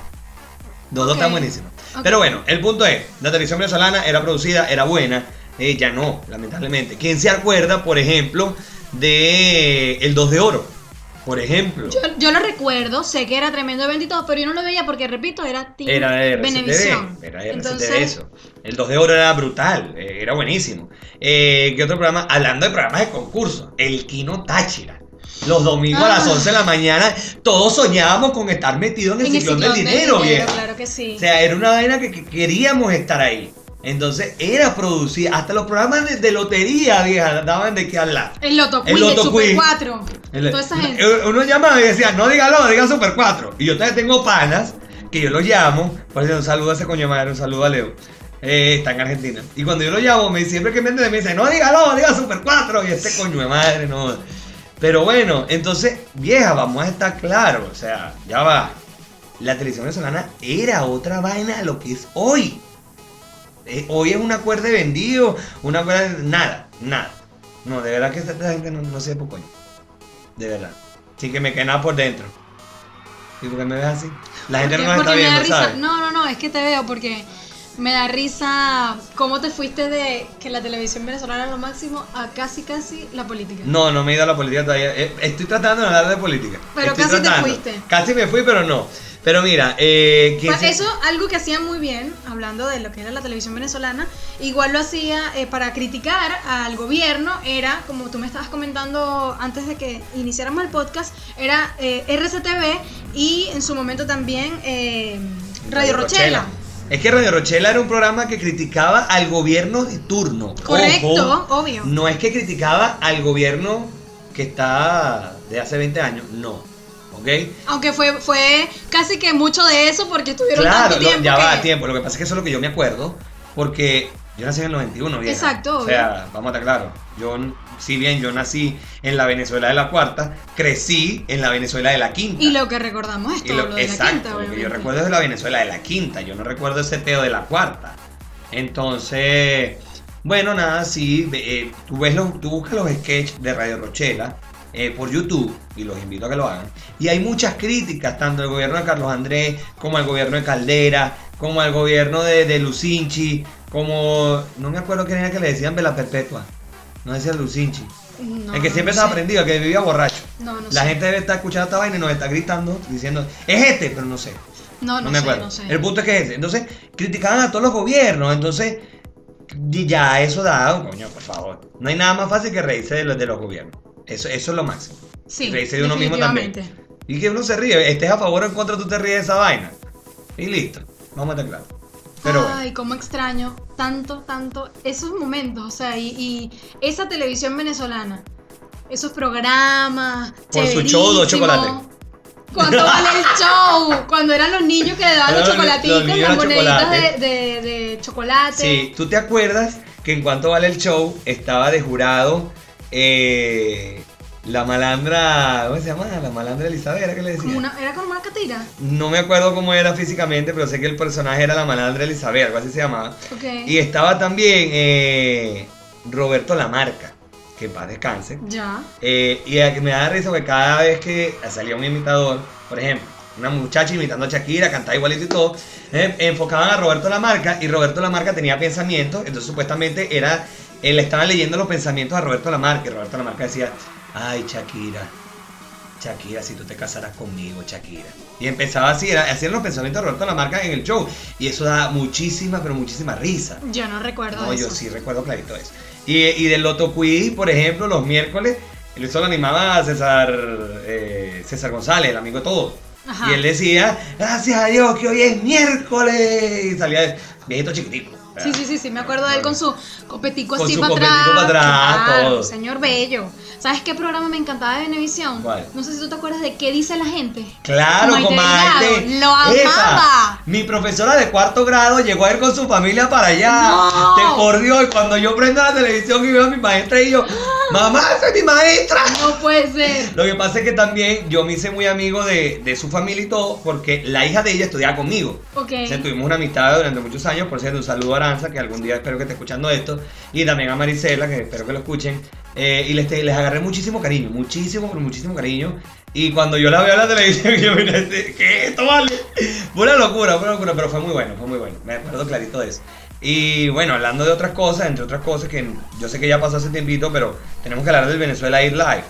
S1: Los dos
S2: Ok.
S1: están buenísimos.
S2: Ok.
S1: Pero bueno, el punto es, la televisión venezolana era producida, era buena, eh, ya no, lamentablemente. ¿Quién se acuerda, por ejemplo, de El 2 de Oro? Por ejemplo.
S2: yo, yo lo recuerdo, sé que era tremendo evento y todo, pero yo no lo veía porque, repito, era Team
S1: Era de RCTV,
S2: Venevisión,
S1: Era de RCTV
S2: entonces,
S1: eso. El 2 de oro era brutal, eh, era buenísimo. Eh, ¿Qué otro programa? Hablando de programas de concurso, el Kino Táchira. Los domingos a las
S2: Ah.
S1: 11 de la mañana, todos soñábamos con estar metidos en el,
S2: en el
S1: ciclón,
S2: ciclón
S1: del dinero, viejo.
S2: claro que sí,
S1: O sea, era una vaina que, que queríamos estar ahí. Entonces era producida, hasta los programas de, de lotería, vieja, daban de qué hablar.
S2: el Loto
S1: el
S2: Queen, el,
S1: Loto
S2: Super
S1: Queen.
S2: 4,
S1: El-
S2: toda esa
S1: uno-
S2: gente,
S1: Uno llamaba y decía, no diga Lodo, diga Super 4. Y yo todavía tengo panas que yo los llamo. Por eso un saludo a ese coño madre, un saludo a Leo. Eh, está en Argentina. Y cuando yo lo llamo, me, siempre que me entiende me dice, no diga Lodo, diga Super 4. Y este coño de madre, no. Pero bueno, entonces, vieja, vamos a estar claros. O sea, ya va. La televisión venezolana era otra vaina a lo que es hoy. Eh, hoy es una cuerda de vendido, una cuerda de... Nada, nada. No, de verdad que esta, esta gente no, no sé por coño. De verdad. Sí que me queda nada por dentro. ¿Y por qué me ves así? La gente no nos está
S2: Porque me da
S1: viendo,
S2: risa.
S1: ¿sabes?
S2: No, no, no, es que te veo porque me da risa cómo te fuiste de que la televisión venezolana era lo máximo a casi, casi la política.
S1: No, no me he ido a la política todavía. Eh, Estoy tratando de hablar de política.
S2: Pero
S1: Estoy
S2: casi te
S1: tratando.
S2: fuiste.
S1: Casi me fui, pero no. Pero mira, eh, ¿quién
S2: Pa-
S1: se-
S2: Eso algo que hacían muy bien, hablando de lo que era la televisión venezolana, igual lo hacía eh, para criticar al gobierno, era, como tú me estabas comentando antes de que iniciáramos el podcast, era eh, RCTV y en su momento también eh, Radio Rochela.
S1: Es que Radio Rochela era un programa que criticaba al gobierno de turno.
S2: Correcto,
S1: Ojo,
S2: obvio.
S1: No es que criticaba al gobierno que está de hace 20 años, no. ¿ok?
S2: Aunque fue, fue casi que mucho de eso porque estuvieron
S1: Claro,
S2: tanto
S1: lo-
S2: tiempo.
S1: ya
S2: que-
S1: va a tiempo. Lo que pasa es que eso es lo que yo me acuerdo, porque yo nací en el 91, vieja.
S2: Exacto,
S1: O sea, vamos a estar claros. Yo, si bien yo nací en la Venezuela de la cuarta, crecí en la Venezuela de la quinta.
S2: Y lo que recordamos es
S1: Y
S2: todo
S1: lo-
S2: lo, de
S1: exacto,
S2: la quinta,
S1: lo que
S2: obviamente.
S1: yo recuerdo es la Venezuela de la quinta, yo no recuerdo ese peo de la cuarta. Entonces, bueno, nada, sí, eh, tú, ves los, tú buscas los sketches de Radio Rochela eh, por YouTube, y los invito a que lo hagan, y hay muchas críticas, tanto al gobierno de Carlos Andrés, como al gobierno de Caldera, como al gobierno de, de Lucinchi, como, no me acuerdo quién era que le decían Vela Perpetua, no decía Lucinchi,
S2: No,
S1: el que
S2: no
S1: siempre
S2: sé.
S1: estaba aprendido, el que vivía borracho.
S2: No, no
S1: La
S2: sé.
S1: gente debe estar escuchando esta vaina y nos está gritando, diciendo, es este, pero no sé.
S2: No,
S1: No,
S2: no,
S1: me
S2: sé,
S1: acuerdo.
S2: no sé.
S1: El punto es que es ese. Entonces, criticaban a todos los gobiernos. Entonces, y ya eso da, coño, por favor. No hay nada más fácil que reírse de los, de los gobiernos. Eso, eso es lo máximo.
S2: Sí,
S1: reírse de uno mismo también.
S2: definitivamente.
S1: Y que uno se ríe, estés a favor o en contra, tú te ríes de esa vaina. Y listo. Vamos a estar claros. Pero bueno.
S2: Ay, cómo extraño tanto, tanto esos momentos, o sea, y, y esa televisión venezolana, esos programas.
S1: Con su show de
S2: chéverísimos.
S1: chocolate.
S2: Cuando vale el show, cuando eran los niños que le daban los
S1: Los ni- los
S2: chocolatitos,
S1: niños
S2: las
S1: los
S2: moneditas de,
S1: chocolates.
S2: de- de chocolate.
S1: Sí, ¿tú te acuerdas que en cuanto vale el show estaba de jurado eh, la malandra, ¿cómo se llama? La malandra Elizabeth, ¿era que le decía?
S2: Como una- era como una catira.
S1: No me acuerdo cómo era físicamente, pero sé que el personaje era la malandra Elizabeth, algo así se llamaba.
S2: Ok.
S1: Y estaba también eh, Roberto Lamarca, que en paz descanse.
S2: ya.
S1: Eh, y a- me da risa porque cada vez que salía un imitador, por ejemplo, una muchacha imitando a Shakira, cantaba igualito y todo, eh, enfocaban a Roberto Lamarca y Roberto Lamarca tenía pensamientos, entonces supuestamente era, eh, le estaban leyendo los pensamientos a Roberto Lamarca y Roberto Lamarca decía, ay Shakira, Shakira, si tú te casaras conmigo, Shakira. Y empezaba así, era, hacían los pensamientos de Roberto Lamarca en el show y eso da muchísima, pero muchísima risa.
S2: Yo no recuerdo
S1: No,
S2: eso.
S1: yo sí recuerdo clarito eso. Y, y del Loto Quiz, por ejemplo, los miércoles, eso lo animaba a César, eh, César González, el amigo de todo.
S2: Ajá.
S1: Y él decía, gracias a Dios que hoy es miércoles. Y salía el viejito chiquitico.
S2: Sí, sí, sí, sí, me acuerdo de él con su copetico
S1: Con
S2: así
S1: su
S2: para atrás.
S1: copetico para atrás,
S2: Claro,
S1: todo.
S2: señor bello. ¿Sabes qué programa me encantaba de Venevisión?
S1: ¿Cuál?
S2: No sé si tú te acuerdas de qué dice la gente.
S1: Claro,
S2: Maite
S1: comadre.
S2: Delgado, lo amaba.
S1: mi profesora de cuarto grado llegó a ir con su familia para allá.
S2: No.
S1: Te por Dios, y cuando yo prendo la televisión y veo a mi maestra y yo, mamá, soy mi maestra.
S2: No puede ser.
S1: Lo que pasa es que también yo me hice muy amigo de, de su familia y todo, porque la hija de ella estudiaba conmigo.
S2: Ok.
S1: O sea, tuvimos una amistad durante muchos años, por cierto, un saludo a Aranza, que algún día espero que esté escuchando esto, y también a Marisela, que espero que lo escuchen. Eh, y les, te- les agarré muchísimo cariño, muchísimo, pero muchísimo cariño. Y cuando yo la veo en la televisión, yo mira, este, ¿qué es esto, vale? Pura locura, pura locura, pero fue muy bueno, fue muy bueno. Me acuerdo clarito de eso. Y bueno, hablando de otras cosas, entre otras cosas que yo sé que ya pasó hace tiempito, pero tenemos que hablar del Venezuela Air Live,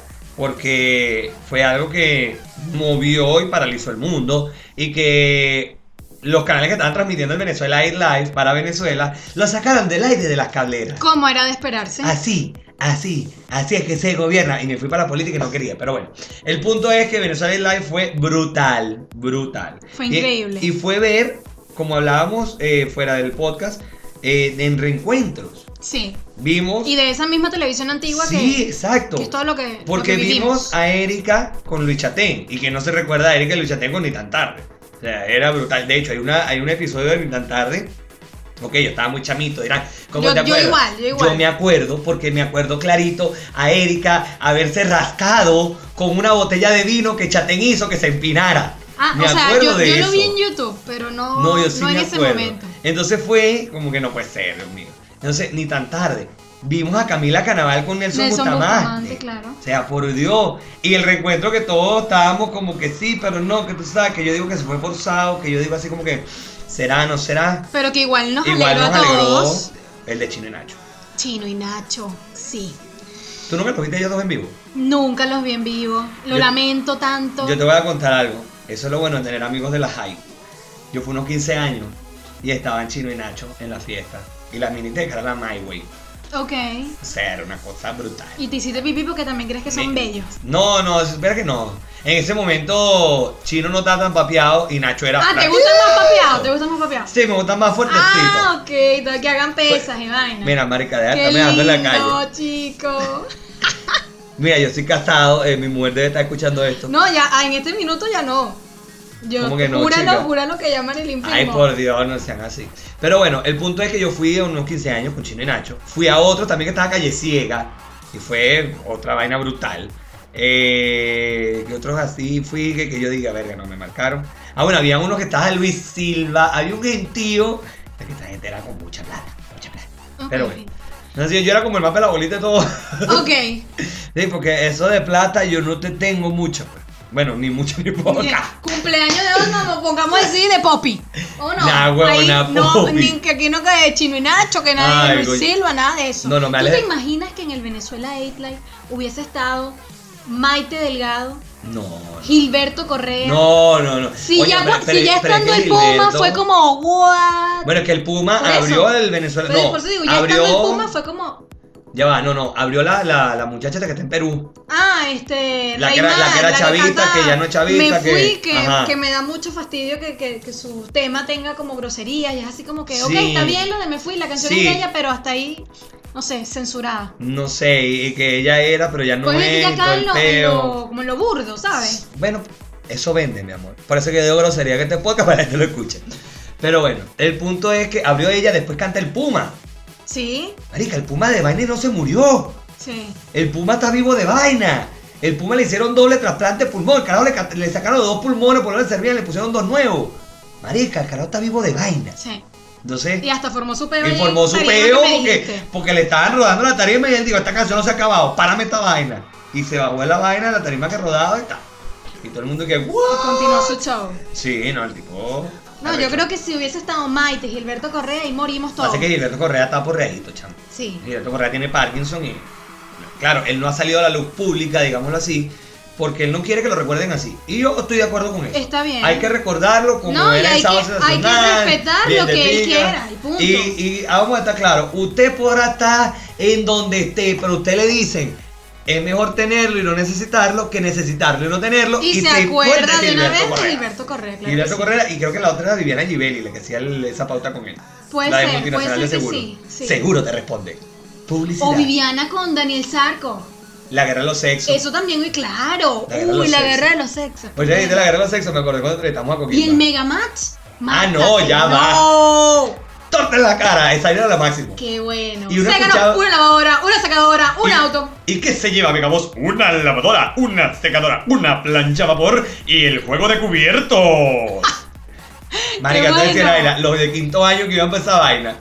S1: porque fue algo que movió y paralizó el mundo y que los canales que estaban transmitiendo el Venezuela Air Live para Venezuela lo sacaron del aire de las cableras.
S2: ¿Cómo era de esperarse?
S1: Así, así, así es que se gobierna. Y me fui para la política y no quería, pero bueno. El punto es que Venezuela Air Live fue brutal, brutal.
S2: Fue
S1: Y-
S2: increíble.
S1: Y, fue ver, como hablábamos eh, fuera del podcast, eh, en reencuentros.
S2: Sí.
S1: Vimos.
S2: Y de esa misma televisión antigua que-
S1: sí,
S2: que,
S1: exacto.
S2: es todo lo que. lo
S1: Porque
S2: que
S1: vimos a Erika con Luis Chatén. Y que no se recuerda a Erika y Luis Chatén con ni tan tarde. O sea, era brutal. De hecho, hay, una, hay un episodio de ni tan tarde. Ok, yo estaba muy chamito, dirán, ¿cómo
S2: Yo-
S1: te
S2: yo
S1: acuerdas?
S2: igual, yo igual.
S1: me acuerdo, porque me acuerdo clarito a Erika haberse rascado con una botella de vino que Chatén hizo que se empinara.
S2: Ah,
S1: me
S2: o sea,
S1: acuerdo
S2: yo,
S1: de
S2: yo lo vi
S1: eso.
S2: en YouTube, pero no,
S1: No, yo sí
S2: no
S1: me
S2: en
S1: acuerdo.
S2: ese momento.
S1: Entonces fue como que no puede ser, Dios mío. Entonces, ni tan tarde. Vimos a Camila Canaval con Nelson,
S2: Nelson
S1: Bustamante.
S2: Bustamante, claro.
S1: O sea, por Dios. Y el reencuentro que todos estábamos como que sí, pero no, que tú sabes, que yo digo que se fue forzado, que yo digo así como que será, no será.
S2: Pero que igual nos
S1: Igual
S2: alegró
S1: nos
S2: a
S1: alegró
S2: todos.
S1: el de Chino y Nacho.
S2: Chino y Nacho, sí.
S1: ¿Tú nunca los viste ellos dos en vivo?
S2: Nunca los vi en vivo. Lo
S1: Yo-
S2: lamento tanto.
S1: Yo te voy a contar algo. Eso es lo bueno de tener amigos de la high. Yo fui unos 15 años y estaban Chino y Nacho en la fiesta. Y la miniteca era la My Way.
S2: Ok.
S1: O sea, era una cosa brutal.
S2: Y te hiciste pipí porque también crees que son
S1: Me-
S2: bellos.
S1: No, no, espera que no. En ese momento, Chino no estaba tan papeado y Nacho era.
S2: Ah, ¿te
S1: flaco.
S2: gustan más papeados? ¿Te gustan más papeados?
S1: Sí, me gustan más fuertecitos.
S2: Ah, ok. Entonces
S1: Pues,
S2: que hagan pesas y vaina.
S1: Mira, marica, deja
S2: Qué
S1: estarme dando en la
S2: lindo,
S1: calle.
S2: chico.
S1: Mira, yo estoy casado, eh, mi mujer debe estar escuchando esto.
S2: No, ya, ah, en este minuto ya no. Yo,
S1: ¿Cómo que no,
S2: júralo,
S1: chica?
S2: júralo que ya Marilyn firmó.
S1: Ay, por Dios, no sean así. Pero bueno, el punto es que yo fui a unos 15 años con Chino y Nacho. Fui a otro también que estaba calle ciega. Y fue otra vaina brutal. Eh, que otros así fui que, que yo diga, verga, no me marcaron. Ah, bueno, había uno que estaba Luis Silva. Había un gentío. Es que esta gente era con mucha plata, mucha plata.
S2: Ok.
S1: Pero bueno. No sé, yo era como el más pelabolita de todo.
S2: Ok,
S1: Sí, porque eso de plata yo no te tengo mucho. pues. Bueno, ni mucho ni poca.
S2: bien. cumpleaños de hoy nos pongamos así de Poppy. ¿O no?
S1: Nah, huevona,
S2: Ahí, no,
S1: Poppy.
S2: ni que aquí no cae Chino y Nacho, que nadie
S1: Ay,
S2: de Luis
S1: coño.
S2: Silva, nada de eso.
S1: No, no, me
S2: ¿Tú
S1: ale-
S2: te imaginas que en el Venezuela 8 Live hubiese estado Maite Delgado,
S1: No.
S2: Gilberto Correa?
S1: No, no, no.
S2: Si,
S1: Oye,
S2: ya,
S1: pero-
S2: si
S1: pero-
S2: ya
S1: pero es
S2: estando
S1: que
S2: el Puma
S1: Gilberto-
S2: fue como, what?
S1: Bueno, es que el Puma
S2: Por eso.
S1: abrió el Venezuela.
S2: Pero
S1: no,
S2: por eso digo, ya
S1: abrió.
S2: estando el Puma fue como,
S1: Ya va, no, no. Abrió la, la, la muchacha que está en Perú.
S2: ah, este,
S1: La que era- la
S2: Reymar,
S1: que era chavita,
S2: canta,
S1: que ya no es chavita,
S2: Me fui,
S1: que-
S2: que,
S1: ajá.
S2: que me da mucho fastidio que, que, que su tema tenga como groserías y es así como que, ok,
S1: Sí.
S2: está bien lo de me fui, la canción
S1: Sí.
S2: es de ella, pero hasta ahí, no sé, censurada.
S1: No sé, y que ella era, pero ya no
S2: Pues
S1: es.
S2: ya
S1: todo
S2: acá
S1: el
S2: en lo, en
S1: peo.
S2: lo- como en lo burdo, ¿sabes?
S1: Bueno, eso vende, mi amor. Por eso que yo grosería que este podcast para que te lo escuche. Pero bueno, el punto es que abrió ella, después canta el Puma.
S2: Sí,
S1: Marica, el Puma de vaina y no se murió.
S2: sí.
S1: El Puma está vivo de vaina. El Puma le hicieron doble trasplante de pulmón. El carajo le, ca- le sacaron los dos pulmones, por no le servían, le pusieron dos nuevos. Marica, el carajo está vivo de vaina.
S2: Sí.
S1: Entonces,
S2: Y hasta formó su peo.
S1: él
S2: ahí,
S1: formó su
S2: está bien
S1: peo
S2: lo que me
S1: porque,
S2: dijiste.
S1: porque le estaban rodando la tarima y él dijo, esta canción no se ha acabado, párame esta vaina. Y se bajó de la vaina, la tarima que rodaba y tal. Y todo el mundo que,
S2: Y
S1: "What?".
S2: continuó su show.
S1: Sí, no, el tipo...
S2: No, yo creo que si hubiese estado Maite, Gilberto Correa, ahí morimos todos.
S1: Pasa que Gilberto Correa está porreadito, chamo.
S2: Sí.
S1: Gilberto Correa tiene Parkinson y, claro, él no ha salido a la luz pública, digámoslo así, porque él no quiere que lo recuerden así. Y yo estoy de acuerdo con eso.
S2: Está bien.
S1: Hay que recordarlo como
S2: No, y
S1: era
S2: hay
S1: el sábado
S2: que-
S1: sensacional,
S2: hay que respetar
S1: bien
S2: lo
S1: de
S2: que él
S1: pinga.
S2: quiera, y punto.
S1: Y, y vamos a estar claros, usted podrá estar en donde esté, pero usted le dicen, es mejor tenerlo y no necesitarlo que necesitarlo y no tenerlo.
S2: Y, se
S1: te
S2: acuerda
S1: encuentras
S2: de una vez
S1: Gilberto
S2: de
S1: Correa. Gilberto
S2: Gilberto Correa, claro. que sí.
S1: Correa, y creo que la otra era Viviana Givelli, la que hacía el- esa pauta con él.
S2: Puede
S1: la de
S2: ser,
S1: multinacional
S2: puede ser
S1: de
S2: que
S1: seguro.
S2: sí, sí.
S1: Seguro te responde. Publicidad.
S2: O Viviana con Daniel Sarco.
S1: La guerra de los sexos.
S2: Eso también, muy claro.
S1: La guerra de los
S2: Uy, la
S1: sexos.
S2: guerra de los sexos.
S1: Pues ya dijiste la guerra de los sexos, me acordé cuando entrevistamos a Coquimba.
S2: Y el Mega Match.
S1: Ah, no, ya va.
S2: No.
S1: ¡Torta en la cara! Esa era la máxima.
S2: Qué bueno.
S1: Y uno
S2: se ganó
S1: escuchaba-
S2: una lavadora, una secadora, un
S1: Y-
S2: auto.
S3: ¿Y qué se lleva Megaboss? Una lavadora, una secadora, una plancha a vapor y el juego de cubiertos.
S1: Marica,
S2: Qué
S1: entonces que
S2: bueno.
S1: vaina, los de quinto año que iban para esa vaina,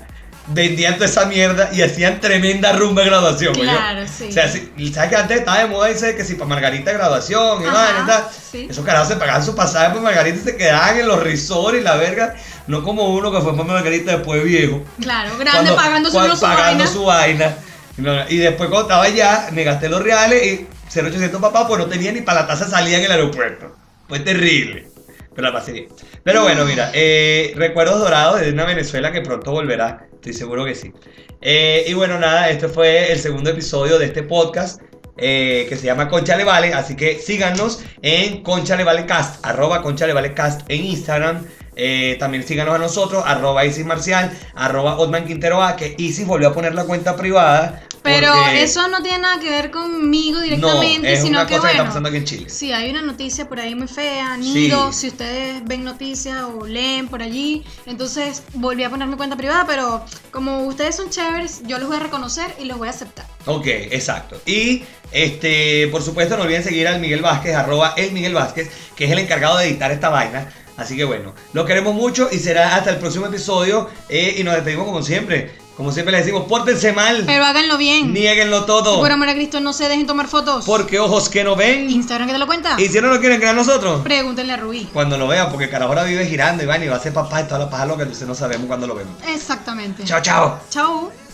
S1: vendían toda esa mierda y hacían tremenda rumba de graduación, coño.
S2: Claro, sí.
S1: O sea, si- ¿sabes que antes estaba de moda ese que si para Margarita graduación y
S2: Ajá,
S1: vaina y tal?
S2: sí.
S1: Esos carajos se pagaban su pasaje para Margarita y se quedaban en los resorts y la verga. No como uno que fue para Margarita después viejo.
S2: Claro, grande
S1: Cuando-
S2: pagando su
S1: cuando-
S2: su
S1: pagando
S2: vaina.
S1: su vaina. No, Y después cuando estaba allá, me gasté los reales y 0,800 papá, pues no tenía ni para la tasa de salida en el aeropuerto. Fue terrible. Pero la pasé bien. Pero bueno, mira, eh, recuerdos dorados de una Venezuela que pronto volverá. Estoy seguro que sí. Eh, y bueno, nada, este fue el segundo episodio de este podcast. eh, que se llama Concha Le Vale, así que síganos en Concha Le Vale Cast, arroba Concha Le Vale Cast en Instagram, eh, también síganos a nosotros, arroba Isis Marcial, arroba Otman Quintero A, que Isis volvió a poner la cuenta privada.
S2: Pero
S1: porque
S2: eso no tiene nada que ver conmigo
S1: no,
S2: directamente,
S1: es
S2: sino
S1: una
S2: que
S1: cosa que
S2: bueno.
S1: está pasando aquí en Chile.
S2: Sí, hay una noticia por ahí muy fea,
S1: Sí.
S2: Nido, si ustedes ven noticias o leen por allí, entonces volví a poner mi cuenta privada, pero como ustedes son chéveres, yo los voy a reconocer y los voy a aceptar.
S1: Ok, exacto. Y este, por supuesto, no olviden seguir al Miguel Vázquez, arroba el Miguel Vázquez, que es el encargado de editar esta vaina. Así que bueno, lo queremos mucho y será hasta el próximo episodio. eh, y nos despedimos como siempre. Como siempre les decimos, pórtense mal,
S2: Pero háganlo bien.
S1: nieguenlo
S2: Y
S1: todo.
S2: por amor a Cristo, no se dejen tomar fotos.
S1: Porque ojos que no ven.
S2: Instagram que te lo cuenta.
S1: Y si no lo quieren creer nosotros,
S2: Pregúntenle a Rubí.
S1: cuando lo vean, porque Carajora vive girando y van y va a ser papá y toda la paja loca, entonces no sabemos cuándo lo vemos.
S2: Exactamente.
S1: Chao, chao.
S2: Chao.